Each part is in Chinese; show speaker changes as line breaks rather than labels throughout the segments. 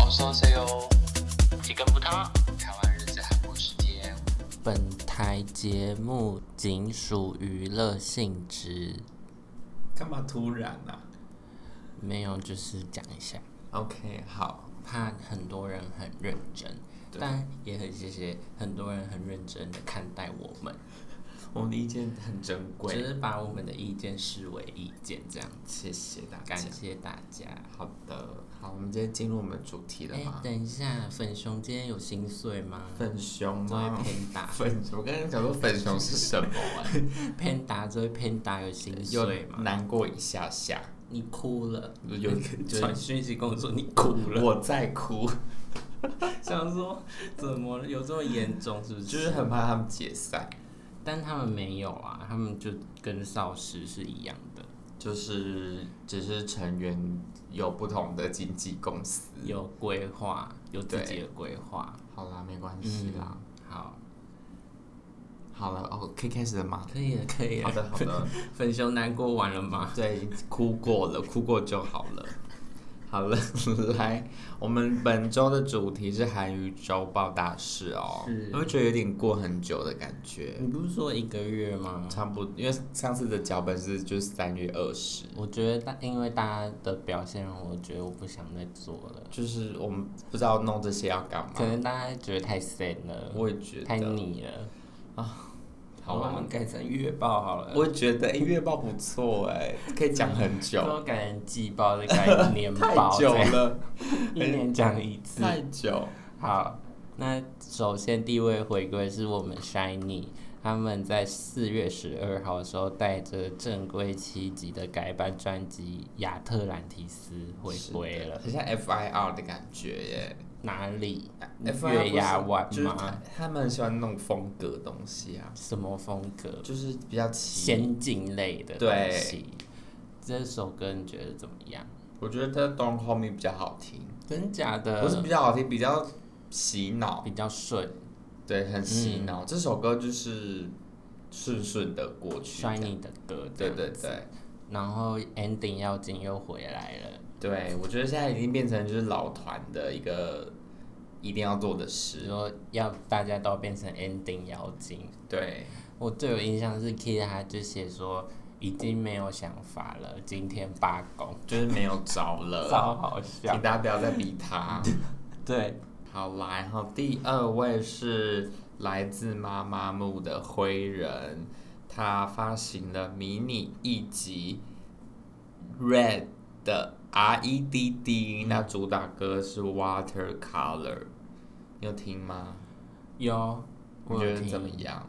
哦说 C O，
几根不汤。
台湾日子韩国时间，
本台节目仅属娱乐性质，
干嘛突然啊
没有就是讲一下。
？OK，好，
怕很多人很认真，
对
但也很谢谢很多人很认真的看待我们，
我们的意见很珍
只
贵，
是把我们的意见视为意见这样子。
谢谢大家
感。谢大家。
好的，好，我们今天进入我们主题了
哎、
吗？
等一下，粉熊今天有心碎吗？
粉熊
这位
吗？
Panda，
粉熊，我刚才想说粉熊是什么、欸？
Panda 这位 Panda 有心
又
碎吗？
难过一下下，
你哭了，
有一个就是
传讯息跟我说你哭了，
我在哭，
想说怎么了有这么严重？是不是？
就是很怕他们解散，
但他们没有啊，他们就跟少时是一样的，
就是只是成员有不同的经纪公司。
有规划，有自己的规划。
好啦，没关系
嗯
啦。，
好，
好了，哦， 可以开始了吗？
可以了，可以了。
好的，好的。
粉熊难过完了吗？
对，哭过了，哭过就好了。好了， 来，我们本周的主题是韩语周报大事哦。
是
我觉得有点过很久的感觉，
你不是说一个月吗？
差不多，因为上次的脚本是就是三月二十，
我觉得大，因为大家的表现，我觉得我不想再做了。
就是我们不知道弄这些要干
可
嘛。
能大家觉得太散了，
我也觉
太
得，
腻了。啊
好
吧，我
吧
们，改成月报好了。
我也觉得哎、月报不错哎、可以讲很 久，
都改成季报，再改 年
太
报，
久
这样
了，
一年讲一次。
太久。
好，那首先第一位回归是我们 Shiny，他们在四月十二号的时候带着正规七集的改版专辑《亚特兰提斯》 回归了。
很像 FIR 的感觉耶。
哪里？
FIR
嗯月牙湾
就是他
吗？
他们很喜欢那种风格的东西啊，
什么风格？
就是比较奇。
先进类的
对
东西。这首歌你觉得怎么样？
我觉得 Don't Call Me 比较好听，
真假的？
不是比较好听，比较洗脑，
呃比嗯较顺。
对，很洗脑。这首歌就是顺顺的过去，
Shiny 的歌，
对对。对
然后 ending 妖精又回来了。
对，我觉得现在已经变成就是老团的一个一定要做的
只
事，
说要大家都变成 ending 妖精。
对，
我最有印象是 Kid 他就写说已经没有想法了，今天罢工，
就是没有招 了，
超好
请
笑。
大家不要再逼他。
对，
好来哈，第二位是来自妈妈木的灰人，他发行了迷你一集《Red》的 R E D
嗯
D，那主打歌是《Watercolor》，你有听吗？
有，
你
我
觉
有
得
听
怎么？样？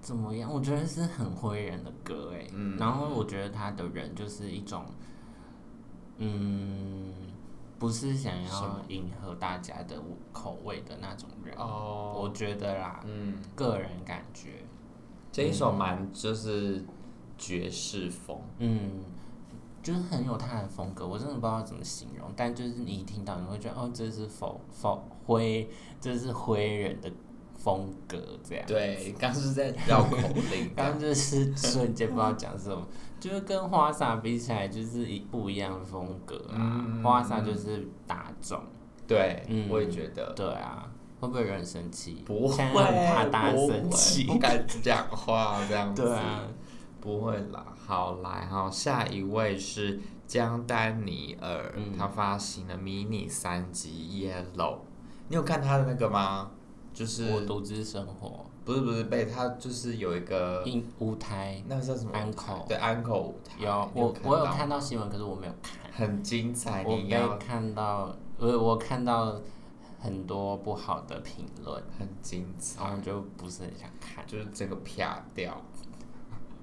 怎么样？我觉得是很灰人的歌哎、
嗯
然后我觉得他的人就是一种，嗯，不是想
什
要
么
迎合大家的口味的那种人。
哦，
我觉得啦，
嗯，
个人感觉，
这一首蛮就是爵士风，
嗯，就是很有他的风格，我真的不知道怎么形容，但就是你一听到，你会觉得哦，这是否否灰，这是灰人的风格这样。，，
对，刚是在绕口令
刚刚就是瞬间不知道讲什么，就是跟花洒比起来，就是一不一样的风格啊。
嗯
花洒就是大众，
对，
嗯
我也觉得。
对啊，会不会有人生气？
不会，
现在很怕大家
不
生
会
气
不敢讲话这样子。
对啊，
不会啦。好，来哈，下一位是江丹尼尔，
嗯
他发行了迷你三辑《Yellow》，你有看他的那个吗？就是
我独自生活，
不是不是被他就是有一个
应舞台
那个叫什么
Uncle
对 uncle 舞台，
有
你
我我有
到
看到新闻，可是我没有看。
很精彩，
我
你要
被看到，我我看到很多不好的评论，
很精彩，
然后就不是很想看。
就是这个啪掉，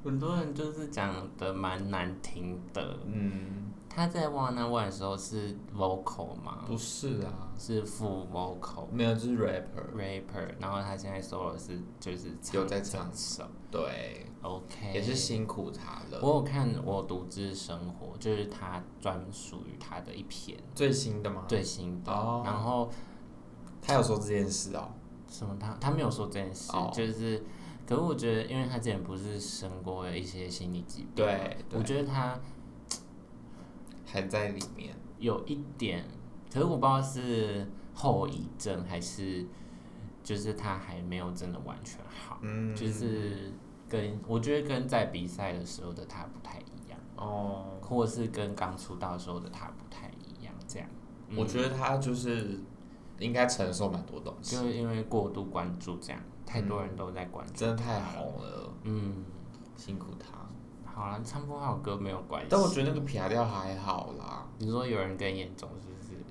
很多人就是讲的蛮难听的。
嗯，
他在 One on One 的时候是 vocal 吗？
不是啊，
是副 vocal
没有，就是 rapper，
rapper，然后他现在 solo 是就是
有在
唱整
唱
首
对。
，OK，
也是辛苦他了。
我有看《我独自生活》，就是他专属于他的一篇
最新的吗？，
最新的
哦
然后
他有说这件事哦。
什么他他没有说这件事，
哦
就是，可是我觉得，因为他之前不是生过一些心理疾病，
对，
我觉得他
还在里面。
有一点，可是我不知道是后遗症，还是就是他还没有真的完全好，
嗯，
就是跟我觉得跟在比赛的时候的他不太一样，
哦，
或是跟刚出道的时候的他不太一样，这样。嗯
我觉得他就是应该承受蛮多东西，
就是因为过度关注，这样太
嗯
多人都在关注，
真的太红了，
嗯，
辛苦他。
好了，唱不好歌没有关系。
但我觉得那个撇掉还好啦，
你说有人更严重是不是？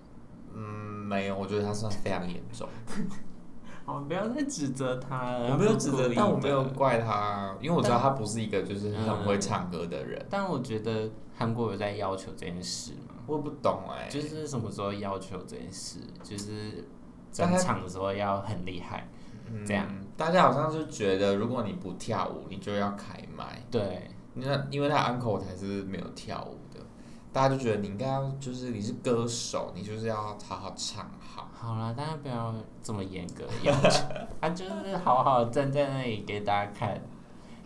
嗯，没有，我觉得他算非常严 重。
哦，不要再指责他了，
我呃没有指责，但我没有
他不是故意的。
怪他，因为我知道他不是一个就是很会唱歌的人，
但我觉得韩国有在要求这件事嘛，
我也不懂哎、
就是什么时候要求这件事，就是
但
整
他
场的时候要很厉害，
嗯
这样
大家好像是觉得如果你不跳舞，你就要开麦。
对，
那因为他 uncle 才是没有跳舞的，大家就觉得你应该要就是你是歌手，你就是要好好唱好。
好啦，大家不要这么严格要 求，他就是好好站在那里给大家看，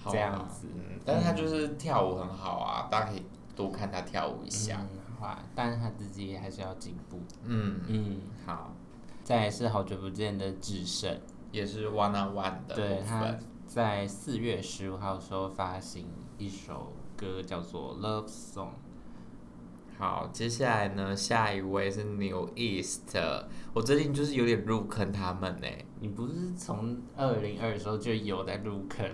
好啊
这样子
嗯，但是他就是跳舞很好啊，大家可以多看他跳舞一下。
嗯好啦，但是他自己还是要进步，
嗯，
嗯，
好，
再来是好久不见的智胜，
也是 one on one 的
对
部
他
分。
在四月十五号的时候发行一首歌叫做《Love Song》。
好，接下来呢，下一位是 New East，我最近就是有点入坑他们呢、
你不是从二零二的时候就有在入坑？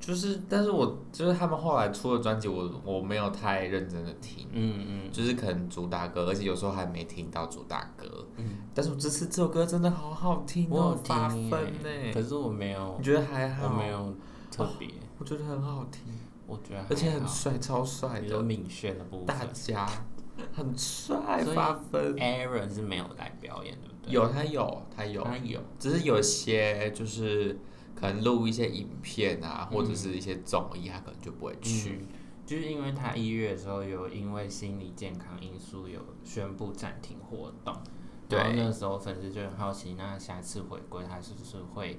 就是，但是我就是他们后来出的专辑我，我没有太认真的听，
嗯嗯，
就是可能主打歌，而且有时候还没听到主打歌。嗯，但是我这次这首歌真的好好听
我有
哦，
听
八分呢、
耶可是我没有
你，觉得欸还好？
我没，有特别，
我觉得很好听，
我觉得还好
而且很帅，超帅
你说
的，
敏炫的部
大
分
家很帅
所，以
八分。
，Aaron 是没有来表演，对不对？
有，他有，他有，
他有，
只是有些就是可能录一些影片啊，或者是一些综艺，他可能就不会去。
嗯，就是因为他一月的时候有因为心理健康因素有宣布暂停活动，
对
然后那时候粉丝就很好奇，那下次回归他是不是会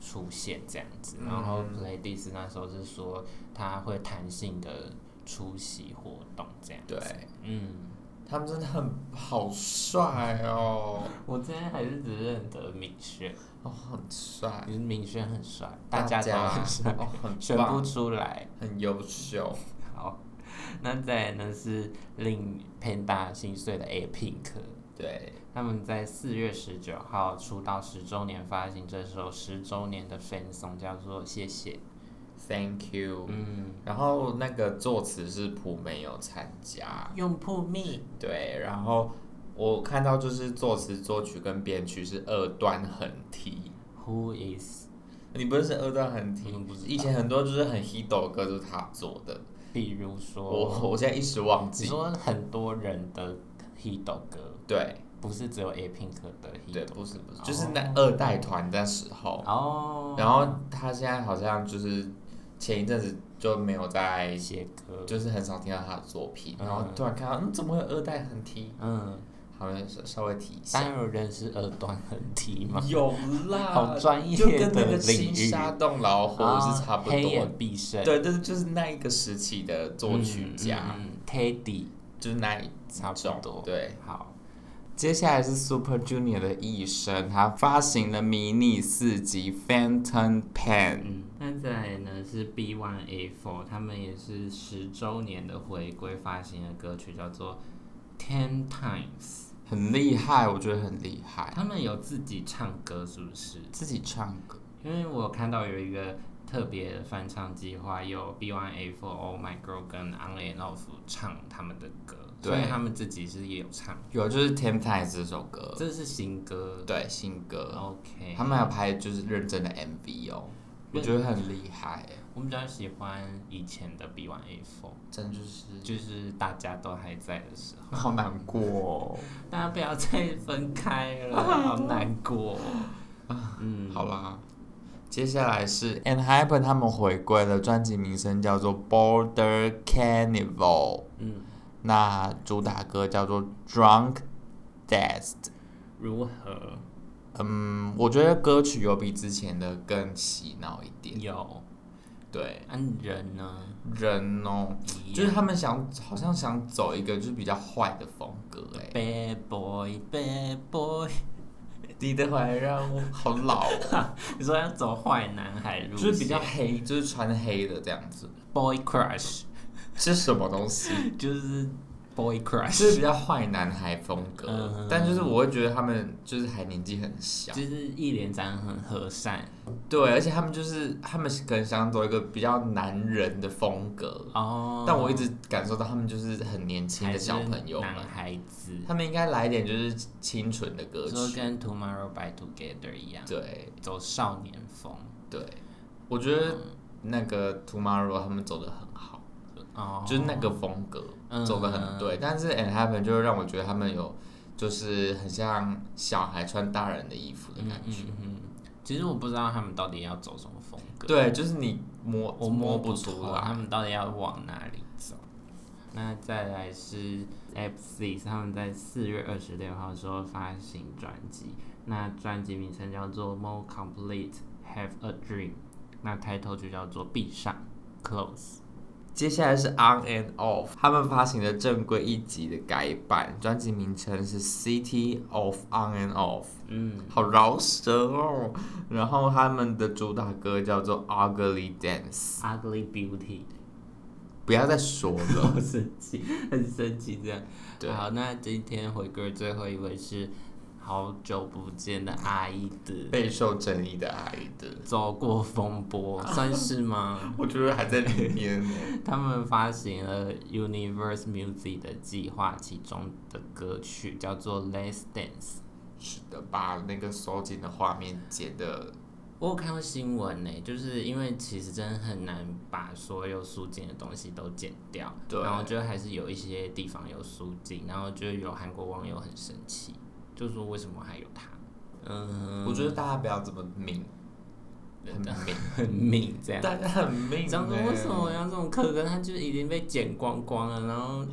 出现这样子？
嗯
然后 Playdis 那时候是说他会弹性的出席活动这样子。
对，
嗯，
他们真的很好帅哦，
我今天还是只认得明轩，
哦，很帅，
其实明轩很帅，
大
大家都
嗯家
很帅，
哦，很
选不
棒，
出来。
很优秀。
好，那再来呢是令 Panda 心碎的 A Pink。
对，
他们在四月十九号出道十周年发行这首十周年的 fan song，叫做《谢谢》。
Thank you。
嗯，
然后那个作词是朴没有参加，
用破蜜。
对，然后我看到就是作词、作曲跟编曲是二段横踢。
Who is
你不认识二段横踢？
嗯不知道
以前很多就是很 hit 的歌都是他做的，
比如说，
我我现在一时忘
只
记。
哦说很多人的 hit 歌，
对
不是只有 A Pink 的 hit
对，
歌
不是不是，就是
哦
那二代团的时候，
哦，
然后他现在好像就是前一阵子就没有在，
写歌，
就是很少听到他的作品，
嗯
然后突然看到，嗯，怎么会有二代横踢？
嗯，
好像稍稍微提一
大
下，
家有认识二段横踢吗？
有 啦，
好专业
就跟那
的
个
领
新
域，
沙洞老虎是差不
啊黑
多的
眼必胜，
对，但是就是那一个时期的作曲
嗯
家，
嗯嗯 Teddy
就是那一
差不
种。
多。
对，
好，
接下来是 Super Junior 的一生，他发行了迷你四辑《Phantom Pen》。
嗯，那再来呢是 B One A Four，他们也是十周年的回归发行的歌曲，叫做 Ten Times。
很厉害，我觉得很厉害。
他们有自己唱歌是不是？
自己唱歌，
因为我有看到有一个特别的翻唱计划，有 B One A Four、Oh My Girl 跟 On and Off 唱他们的歌，
对
所以他们自己是也有唱，
有就是《Ten Times》这首歌，
这是新歌。
对，新歌，
OK，
他们还有拍就是认真的 MV 哦，我觉得很厉害，欸
我比较喜欢以前的 B One A Four，
真就是
就是大家都还在的时候。
好难过哦。
大家不要再分开了，好难过。嗯，
好啦，接下来是 And Hyper 他们回归了，专辑名称叫做 Border Carnival，
嗯，
那主打歌叫做 Drunk Dust。
如何？
嗯，我觉得歌曲有比之前的更洗脑一点。
有，
对，
啊人呢？
人哦，
一
就是
样
他们想好像想走一个就是比较坏的风格哎、
bad boy bad boy，
你的怀让我好老、哦，
你说要走坏男孩路
就是
线，
比较黑，就是穿黑的这样子，
boy crush，
是什么东 西？
就是 boy
就是
crush，
比较坏男孩风格，
嗯
但就是我会觉得他们就是还年纪很小，
就是一脸长得很和善
对，而且他们就是他们可能想走一个比较男人的风格，
哦。
但我一直感受到他们就是很年轻
还
的
是
小朋友们
男，孩子，
他们应该来一点就是清纯的歌
说
曲，
跟 Tomorrow by Together 一样，
对
走少年风
对，我觉
嗯
得那个 Tomorrow 他们走的很好，
哦，
就是那个风格
嗯
走的很对，但是 And Happen 就会让我觉得他们有就是很像小孩穿大人的衣服的
嗯
感觉。
嗯嗯，其实我不知道他们到底要走什么风格，
对，就是你摸
我
摸
摸
不
不
出
出来他
来。
们到底要往哪里走。那再来是 FC，他们在四月二十六号时候发行专辑，那专辑名称叫做《More Complete Have a Dream》，那抬头就叫做《闭上 Close
接下来是 On and Off，他们发行的正规一集的改版，专辑名称是 City of On and Off，》。
嗯，
好饶舌哦。然后他们的主打歌叫做 Ugly
《
Dance，
Ugly Beauty》
不要再说了。
好生气，很生气这样。
对
好，那今天回归最后一位是好久不见的阿姨的，
备受争议的阿姨的，
走过风波，算是吗？
我觉得还在里面呢。
他们发行了 Universe Music 的计划，其中的歌曲叫做《Let's Dance》。
是的，把那个收紧的画面剪的，
我有看到新闻呢、就是因为其实真的很难把所有疏禁的东西都剪掉，
对
然后就还是有一些地方有疏禁，然后就有韩国网友很生气，就说为什么还有他？嗯，
我觉得大家不要这么命，很命，
很命这样。
大家很命、欸。
想说为什么要这种课？可是他就已经被剪光光了，然后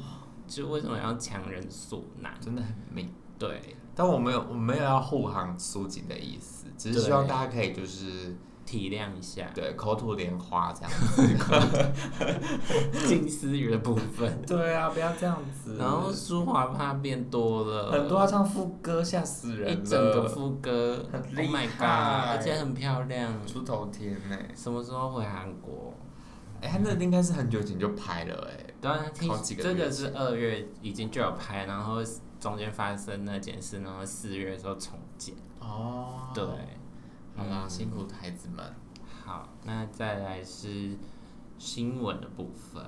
就为什么要强人所难？
真的很命。
对，
但我没有，我没有要护航苏锦的意思，只是希望大家可以就是
体谅一下。
对口吐莲花这样。
近思语的部分。
对啊，不要这样子
然后舒华怕变多了，
很多要唱副歌，吓死人
一
了，
整个副歌
很
，Oh
厉
my
害
god，而且很漂亮。
出头天呢、
什么时候回韩国？
哎、他那应该是很久以前就拍了哎、
当然，啊听
好几个月
这个是二月已经就有拍，然后中间发生那件事，然后四月的时候重建。
哦
对，
好啦，辛苦孩子们。
好，那再来是新闻的部分。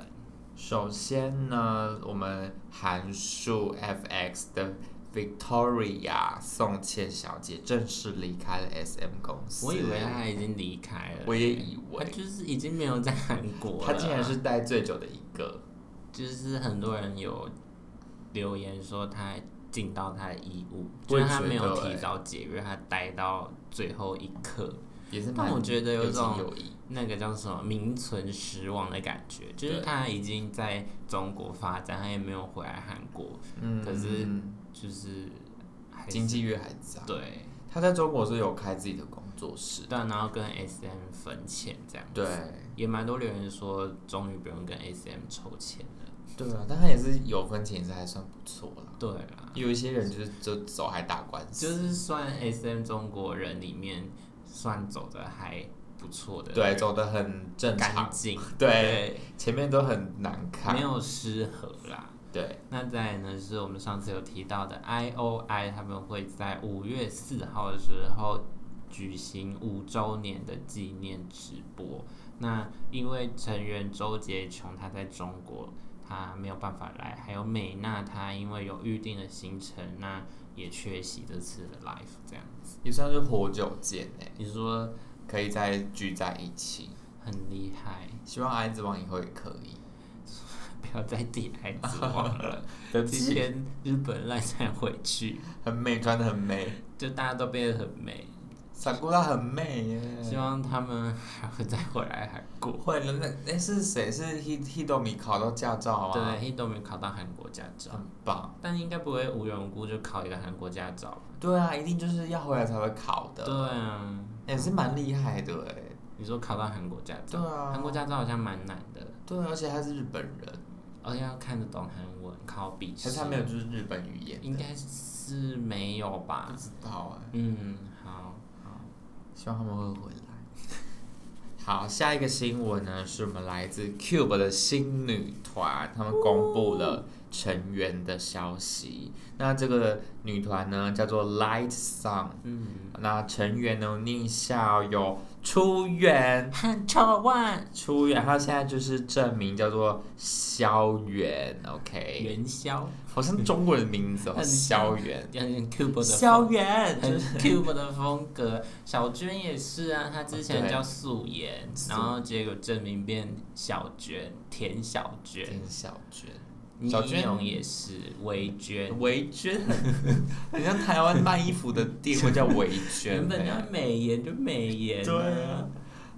首先呢，我们函数 FX 的 Victoria 宋茜小姐正式离开了 SM 公司。
我以为他已经离开了，
我也以
他
为，
就是已经没有在韩国了。
她竟然是待最久的一个。
就是很多人有留言说他尽到他的义务，
我
就
也
是他没
觉
有
得欸
提早解约，他待到最后一刻，
也是蛮
但我觉得有
有
种
情有义，
那个叫什么名存实亡的感觉，就是
对
他已经在中国发展，他也没有回来韩国，
嗯，
可是就是还是
经济约还在。
对，
她在中国是有开自己的工作室，
但然后跟 S M 分钱这样，
对
也蛮多留言说终于不用跟 S M 抽钱了，
对啊，但她也是有分钱，也是还算不错啦。
对啊啦，
有一些人就是就走还打官司，
就是算 S M 中国人里面算走的还不错的，
对，走的很正
干
常，
净，
对，前面都很难
对，
看
没，有失和啦。
对，
那再来呢，是我们上次有提到的 I O I，他们会在五月四号的时候举行五周年的纪念直播。那因为成员周杰琼他在中国，他没有办法来，还有美娜她因为有预定的行程，那也缺席这次的 live 这样子。
也算是活久见哎，
你说
可以再聚在一起。
很厉害，
希望爱之王以后也可以。
不要再提孩子王了。
对
今，天日本烂才回去，
很美，穿的很美，
就大家都变得很美。
傻姑拉很美耶。
希望他们还会再回来韩国。
会了，那那是谁？是 Hid Hidomi 考到驾照啊？
对，一都没有考到韩国驾照，
很棒。
但应该不会无缘无故就考一个韩国驾照吧？
对啊，一定就是要回来才会考
对
的，
啊，
也是蛮厉害的哎。
你说考到韩国驾
对
照，
啊
韩，国驾照好像蛮难的。
对啊，而且他是日本人，
而且要看得懂韩文，考笔
还
试
是。他没有就是日本语言的？
应该是没有吧
不？知道哎、
嗯，好，
希望他们会回来。 好，下一个新闻呢，是我们来自 Cube 的新女团，他们公布了成员的消息。那这个女团呢，叫做 Light Song。
嗯，
那成员呢，我念一下、哦，有初元，
很臭万
初元，他现在就是正名叫做萧元，OK，
元宵，
好像中国人的名字哦，
很
萧元，
有点 Cube 的
萧
风，
元，
很 Cube 的风格。 小娟也是啊，她之前
对
叫素颜，然后结果证明变小娟，田小娟，
田小娟，
倪
小娟
永也是维娟，
维娟， 很像台湾卖衣服的店会叫维娟，
原本
哎
叫美颜就美颜，
对啊。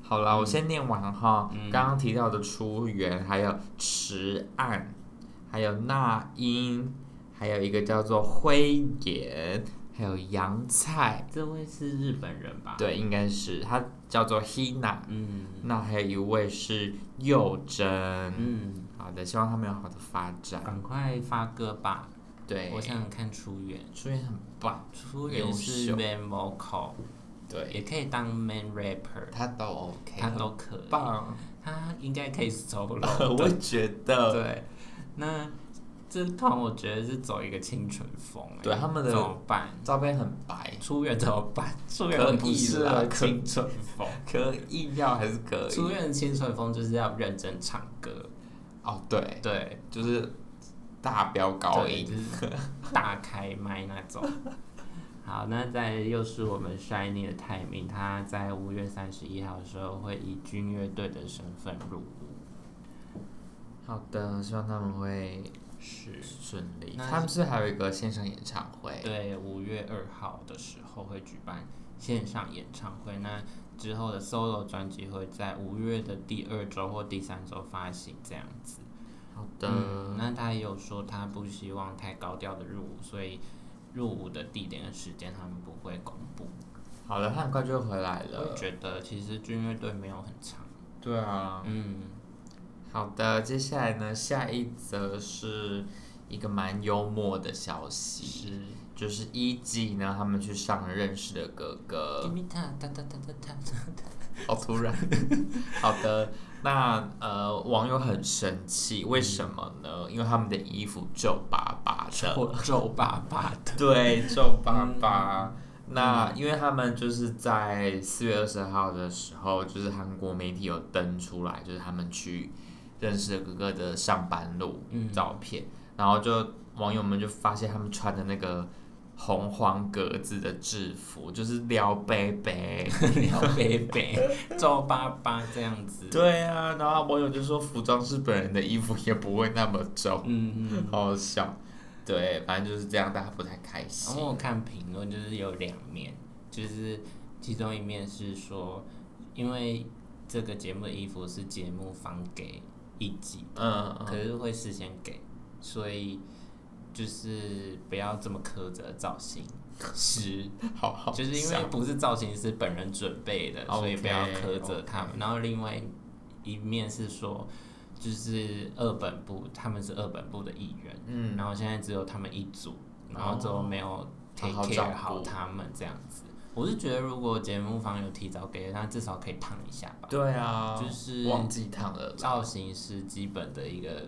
好啦，我先念完哈。
嗯
刚刚提到的初原，还有池岸，还有那英，还有一个叫做灰岩，还有杨菜，
这位是日本人吧？，
对，应该是他叫做 Hina。
嗯
那还有一位是佑真。
嗯，
好的，希望他们有好的发展。
赶快发歌吧，
对，
嗯我想想看出远。
初原很棒，
出也是
优秀哎
man vocal，
对，
也可以当 man rapper，
他都 OK，
他都可以，
棒，哎
他应该可以 solo
我
的。
觉得，
对，那这团我觉得是走一个清纯风、欸，
对他们的
怎么办？
照片很白，
出院怎么办？出
可
院不
以
适
啦
合
可
清纯风，
可以要还是可
出
以。
院的清纯风就是要认真唱歌，
哦，对，
对，
就是大飙 高
对
音
就。 是大开麦那种。好，那再又是我们 Shiny 的泰明，他在五月三十一号的时候会以军乐队的身份入伍。
好的，希望他们会
是，
顺利。
那
他们是不是还有一个线上演唱会？
对，五月二号的时候会举办线上演唱会，那之后的 solo 专辑会在五月的第二周或第三周发行，这样子。
好的，
嗯，那他也有说他不希望太高调的入伍，所以入伍的地点跟时间他们不会公布。
好了，他很快就会回来
我
了。
觉得其实军乐队没有很长，
对啊。
嗯，
好的，接下来呢，下一则是一个蛮幽默的消息，
是。
就是一季呢，他们去上认识的哥哥。
Give me time，哒哒哒哒哒哒。
好突然。 好的，那呃，网友很生气，为什么呢？因为他们的衣服皱巴巴的，
我皱嗯巴巴的。
对，皱巴巴。那
嗯
因为他们就是在四月二十号的时候，就是韩国媒体有登出来，就是他们去认识的哥哥的上班路
嗯
照片，然后就网友们就发现他们穿的那个红黄格子的制服，就是撩杯 杯，
要北北，皱巴巴这样子。
对啊，然后网友就说服装是本人的衣服也不会那么皱，
嗯嗯。
好好笑。对，反正就是这样，大家不太开
然
心。
后我看评论就是有两面，就是其中一面是说，因为这个节目的衣服是节目方给一季，
嗯，嗯
可是会事先给，所以就是不要这么苛责造型师。
好好笑，
就是因为不是造型师本人准备的，所以
OK，
不要苛责他们。然后另外一面是说，就是二本部他们是二本部的艺人，
嗯，
然后现在只有他们一组，然后之后没有 take
好好
care
照顾
好他们这样子。我是觉得如果节目方有提早给，那至少可以烫一下吧。
对啊，
就是
忘记烫了啦。
造型师基本的一个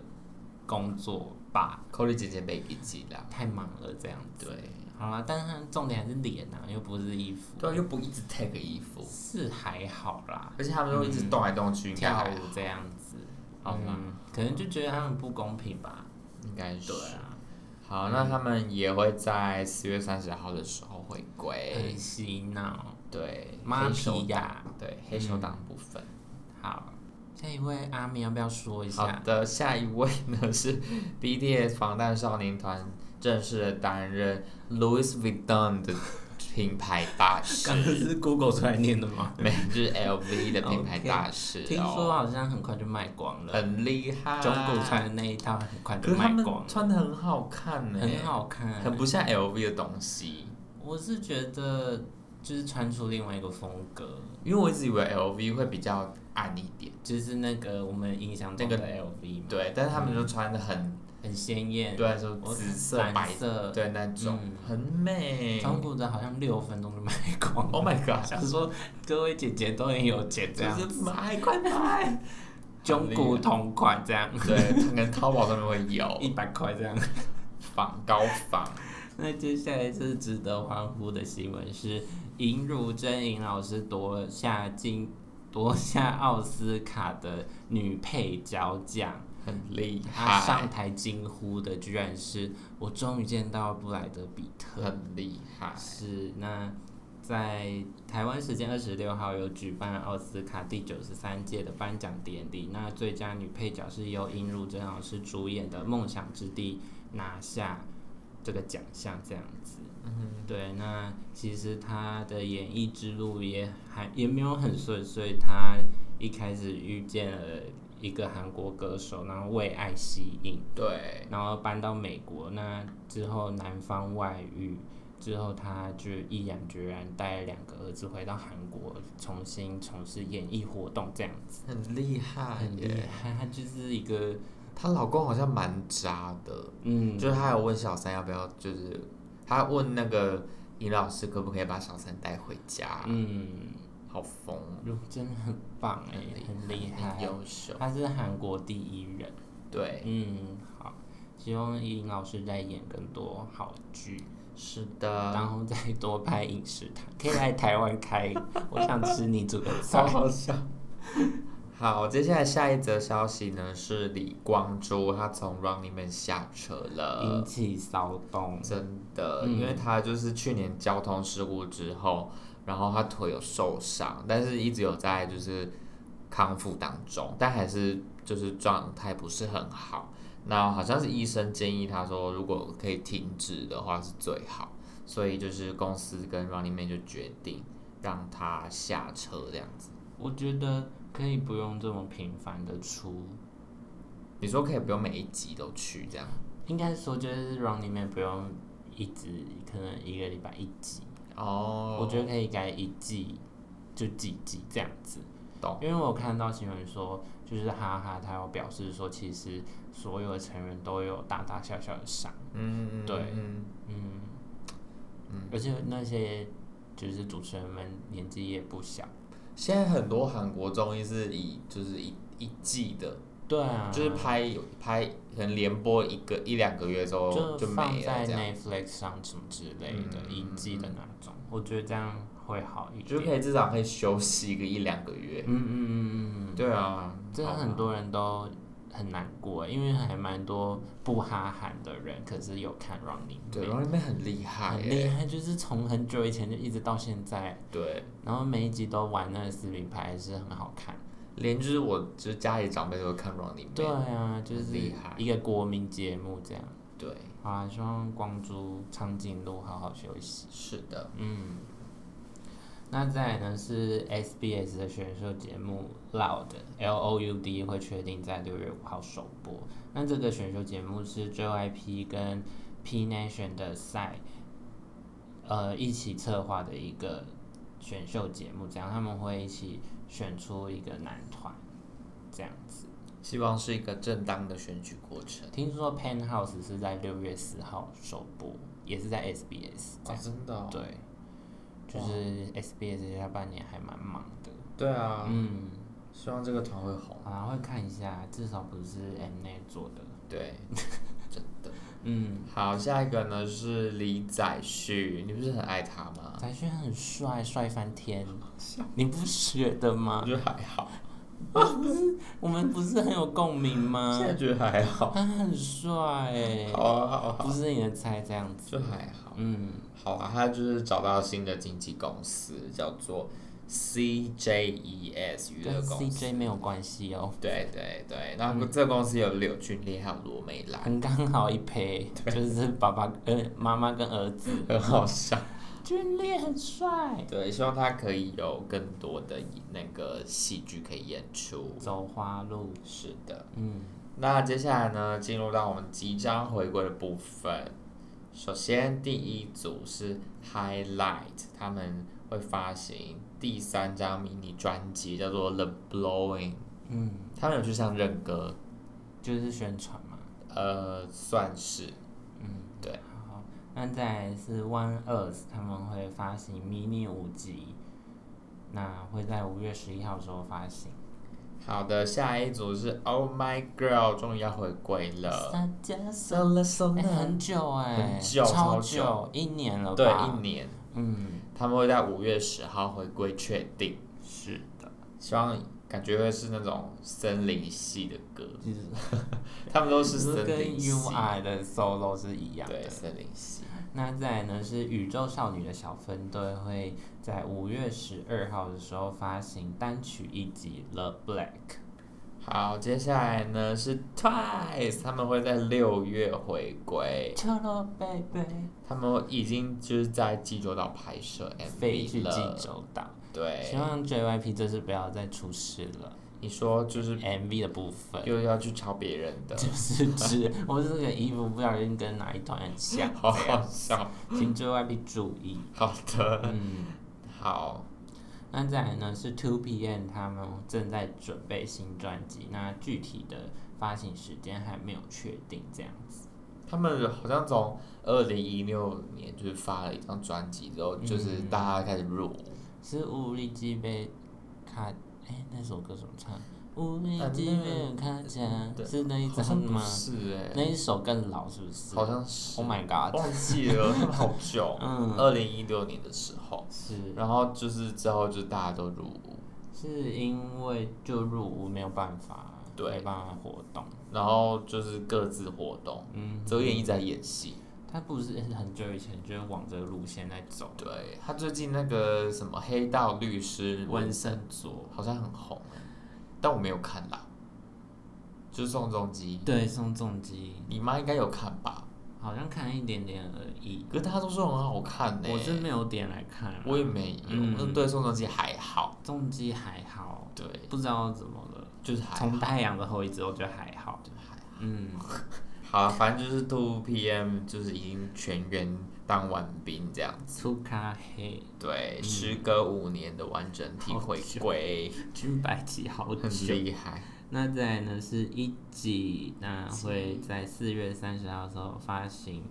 工作吧，
c o l 姐姐被笔记啦，
太忙了这样子。
对，
好啦，但是重点还是脸啊，又不是衣服。
对啊，又不一直 take 衣服，
是还好啦，
而且他们都一直动来动去，应该
跳
还
舞
好
这样子，好吗？
嗯
可能就觉得他们不公平吧。
应该是
对。啊，
好，那他们也会在四月三十号的时候回
很
归。
洗脑，
对，
妈
黑手
皮呀！
对黑手党部分。
好，下一位阿明要不要说一
好
下？
的，下一位呢是 BTS 防弹少年团正式的担任 Louis Vuitton 的品牌大
刚刚
使，
是 Google 出来念的吗？
没，就是 LV 的品牌大使
听说
哦，
好像很快就卖光了，
很厉害。
中国穿，的那一套很快就
可
是
他
卖
们
光了，
穿的很好看呢，
欸很，好看。
很不像 LV 的东西。
我是觉得就是穿出另外一个风格，
因为我一直以为 LV 会比较暗一点。
就是那个我们印象中
那
的
个
LV 嘛，
对，但是他们就穿的很，
很鲜艳，
对，啊就
嗯我
紫色、
蓝
白
色
对那种、
嗯
很美。
中古的好像六分钟就卖光了。
Oh my god！
想说各位姐姐都很有钱，这
就
样哎
是买，快买！
中古同款这样，
对，可能淘宝上面会
一
有
百块这样。
仿高仿。
那接下来是值得欢呼的新闻是，尹汝贞尹老师夺下金夺下奥斯卡的女配角奖。
很厉
她上
害，
台惊呼的居然是我终于见到布莱德比特。
很厉害。
是那。在台湾时间二十六号有举办奥斯卡第九十三届的颁奖典礼，那最佳女配角是由尹汝贞老师主演的《梦想之地》拿下这个奖项，这样子。
嗯，
对，那其实他的演艺之路也还也没有很顺遂，他一开始遇见了一个韩国歌手，然后为爱吸引，
对，
然后搬到美国，那之后男方外遇，之后他就毅然决然带两个儿子回到韩国，重新从事演艺活动，这样子
很厉害
很厉
耶。
害，他就是一个
她老公好像蛮渣的，
嗯，
就是她有问小三要不要，就是她问那个尹老师可不可以把小三带回家，
嗯，
好疯哦，
如真的很棒哎、很厉
很
害，
优秀。
他是韩国第一人。
对，
嗯，好，希望尹老师再演更多好剧，
是的，
然后再多拍饮食堂，可以来台湾 开，我想吃你煮的
超
菜。
好笑。好，接下来下一则消息呢是李光洙，他从 Running Man 下车了，
引起骚动，
真的，
嗯
因为他就是去年交通事故之后，然后他腿有受伤，但是一直有在就是康复当中，但还是就是状态不是很好。那好像是医生建议他说，如果可以停止的话是最好，所以就是公司跟 Running Man 就决定让他下车这样子。
我觉得可以不用这么频繁的出，
你说可以不用每一集都去这样，
应该说就是 run 里面不用一直，可能一个礼拜一集，
哦
我觉得可以改一季就几集这样子。
懂，
因为我看到新闻说，就是哈哈，他有表示说，其实所有的成员都有大大小小的伤，
嗯，
对
嗯
嗯，
嗯
而且那些就是主持人们年纪也不小，
现在很多韩国综艺是以就是一一季的，
对啊，
就是拍有拍可能连播一个一两个月之后
就放
没了
在
这样，
Netflix 上什么之类的，
嗯
一季的那种，我觉得这样会好一
就
点。
是可以至少可以休息个一两个月
嗯。嗯嗯嗯嗯，
对啊，
真的
好吧
很多人都很难过，欸因为还蛮多不哈韩的人，可是有看 Running
对，
Man
然后里面很厉害
很厉
耶，
害，就是从很久以前就一直到现在，
对，
然后每一集都玩那个撕名牌，还是很好看。
连就是我就是家里长辈都会看 Running Man，
对啊，就是
很厉害
一个国民节目这样。
对，
好啦，希望光洙长颈鹿好好休息。
是的，
嗯，那再来呢是 SBS 的选秀节目 Loud L O U D 会确定在六月五号首播。那这个选秀节目是 JYP 跟 P Nation 的赛，呃，一起策划的一个选秀节目，这样他们会一起选出一个男团，这样子。
希望是一个正当的选举过程。
听说 Penthouse 是在六月四号首播，也是在 SBS 这
哦，
样。
真的、哦，
对，就是 SBS 下半年还蛮忙的。
对啊，
嗯，
希望这个团会红。
好啦，会看一下，至少不是 M 内做的。
对，真的。
嗯，
好，下一个呢是李宰旭，你不是很爱他吗？
翟轩很帅，帅翻天，你不觉得
我
吗？
觉得还好，
我们不是很有共鸣吗
现？在觉得还好，
他很帅哎、
好啊，好啊，好
不
啊
是你的菜这样
就
子。
还好，
嗯，
好啊，他就是找到新的经纪公司，叫做 CJES 娱乐
跟
公司，
CJ 没有关系哦，
对对对，然
嗯
后这个公司有柳俊烈还有罗美兰，
很刚好一配，就是爸爸呃妈妈跟儿子，
很好笑，
俊烈很帅，
对，希望他可以有更多的那个戏剧可以演出，
走花路，
是的。
嗯，
那接下来呢，进入到我们即将回归的部分。首先，第一组是 Highlight，他们会发行第三张迷你专辑叫做《The Blowing》，
嗯，
他们有去唱认歌，
就是宣传嘛。
呃，算是
嗯，
对。
好，那再来是 One Earth，他们会发行 mini 五集，那会在五月十一号的时候发行。
好的。下一组是 Oh My Girl，终于要回归了。
三加三，
了松
哎，很久哎、
很久
超
超久
一年了吧？
对，一年，
嗯，
他们会在五月十号回归确定，
是的，
希望感觉会是那种森林系的歌，
就是
他们都
就是是
森林
跟
系，
U I 的 solo 是一样
对，
的。
森林系。
那再来呢是宇宙少女的小分队会在五月十二号的时候发行单曲一集《The Black》。
好，接下来呢是 Twice，他们会在六月回归，
Hello baby。
他们已经就是在济州岛拍摄
飞去
MV
济
了。
州岛。希
对，
望 JYP 这次不要再出事了。
你说就是。
MV 的部分
又要去抄别人 的，
就是指我这个衣服不小心跟哪一团很 像，
好
这样
好笑。
请 JYP 注意。
好的，
嗯，
好，
那再来呢是 Two PM 他们正在准备新专辑，那具体的发行时间还没有确定，这样子。
他们好像从二零一六年就是发了一张专辑之后，就是
嗯
大家开始入伍。
是乌力基贝卡，哎、那首歌怎么唱？乌力基贝卡加
呃对
是那一
好像
张
不
吗？
是哎、
那一首更老是不是？
好像是
Oh my god！。
忘记了，他们好久
嗯
二零一六年的时候，
是
然后就是之后就大家都入伍，
是因为就入伍没有办法，
对
没办法活动。
然后就是各自活动。
嗯，
泽演一直在演戏，
他不是很久以前就是往这个路线在走。
对他最近那个什么黑道律师
温森佐，
好像很红，欸但我没有看啦。就是宋仲基，
对，宋仲基
你妈应该有看吧？
好像看一点点而已，
可是大家都说很好看呢、
我是没有点来看啊。
我也没有，
嗯
那对宋仲基还好，
仲基还好，
对，
不知道怎么了，
就是还
从
好。
《太阳的后裔》之后就还好。嗯，
好了，反正就是 Two PM 就是已经全员当完兵这样子，
粗咖黑，嗯
对，时隔五年的完整体回归，
军白旗好
很
久。
厉害。
那再来呢是一集，那会在四月三十号的时候发行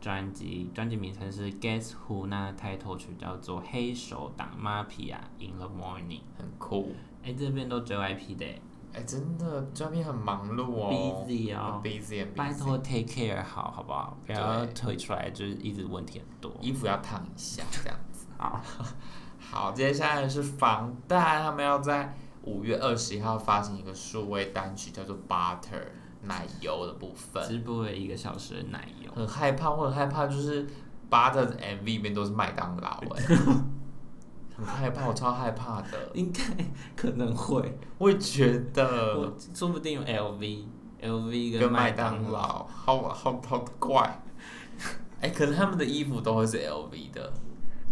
专辑，专辑名称是《Guess Who》，那开头曲叫做《黑手党 Mafia in the Morning》。
很酷。
哎，这边都 JYP 的耶、
哎、真的，专片很忙碌哦
Busy 哦
很，busy 很 busy。
拜托 take care 好好不好？不要
对
推出来，就是一直问题很多。
衣服要烫一下，这样子。
好，
好，接下来是防弹，他们要在五月二十一号发行一个数位单曲，叫做《Butter》奶油的部分。
直播了一个小时的奶油，
很害怕，我很害怕，就是《Butter》的 MV 里面都是麦当劳、哎， 很害怕，我超害怕的。
应该可能会，
我也觉
我
得
说不定有 LV、LV
呃跟麦
当
当，劳好好好 怪。哎、可是他们的衣服都会是 LV 的，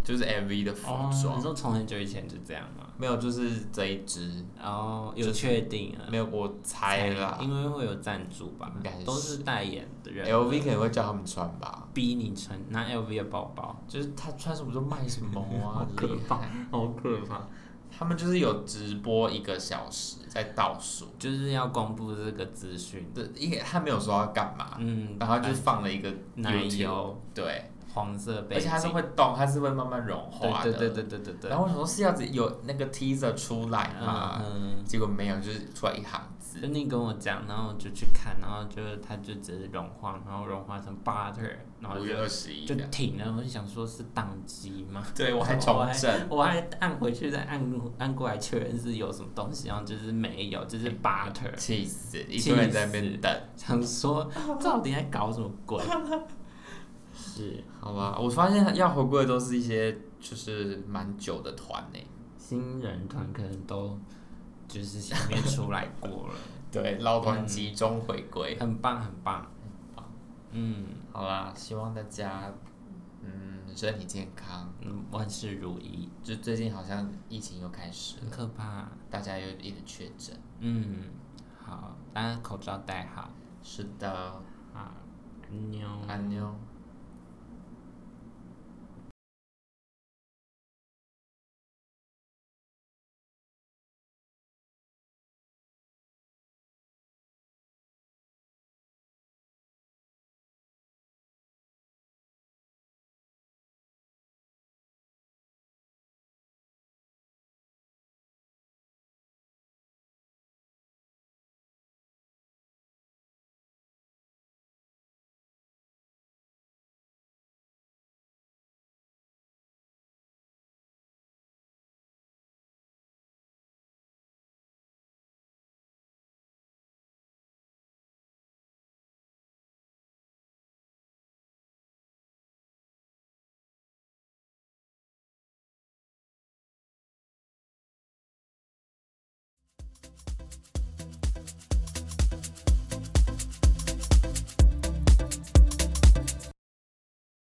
就是 MV 的服
哦，
装。
你说从很久以前就这样吗？
没有，就是这一支，
哦，有
就是
确定了，
没有我猜啦。
因为会有赞助吧
应该，是
都是代言的人
LV 可能会叫他们穿吧，
逼你穿拿 LV 的包包，
就是他穿什么就卖什么
好
啊，
可
厉害。
好可怕！
他们就是有直播一个小时在倒数，
就是要公布这个资讯，
对，因为他没有说要干嘛，
嗯，
然后就放了一个
奶
YouTube，
油
对，
嗯黄色背
而且
景，
它是会动，它是会慢慢融化的。
对对对对对对对，
然后我想说是要有那个 teaser 出来嘛，
嗯，
结果没有，就是出来一行字。
嗯就你跟我讲，然后我就去看，然后就是它就只是融化，然后融化成 butter，然后
五
就
月二十一
就，停了，我就想说是宕机吗？
啊对 我还
啊
重整，
我还按回去，再按按过来确认是有什么东西，然后就是没有，就是 butter。
气死，一堆人在那边等。
想说到底在搞什么鬼？是
好吧，我发现要回归的都是一些就是蛮久的团呢、
新人团可能都就是前面出来过了，欸
对，老团集中回归。
很棒很棒
棒。
嗯
好啦，希望大家嗯身体健康。
嗯，万事如意，
就最近好像疫情又开始
很
了，
可怕。
大家又一直确诊。
嗯，好，大家口罩戴好
是的，
啊，安妞。
安妞。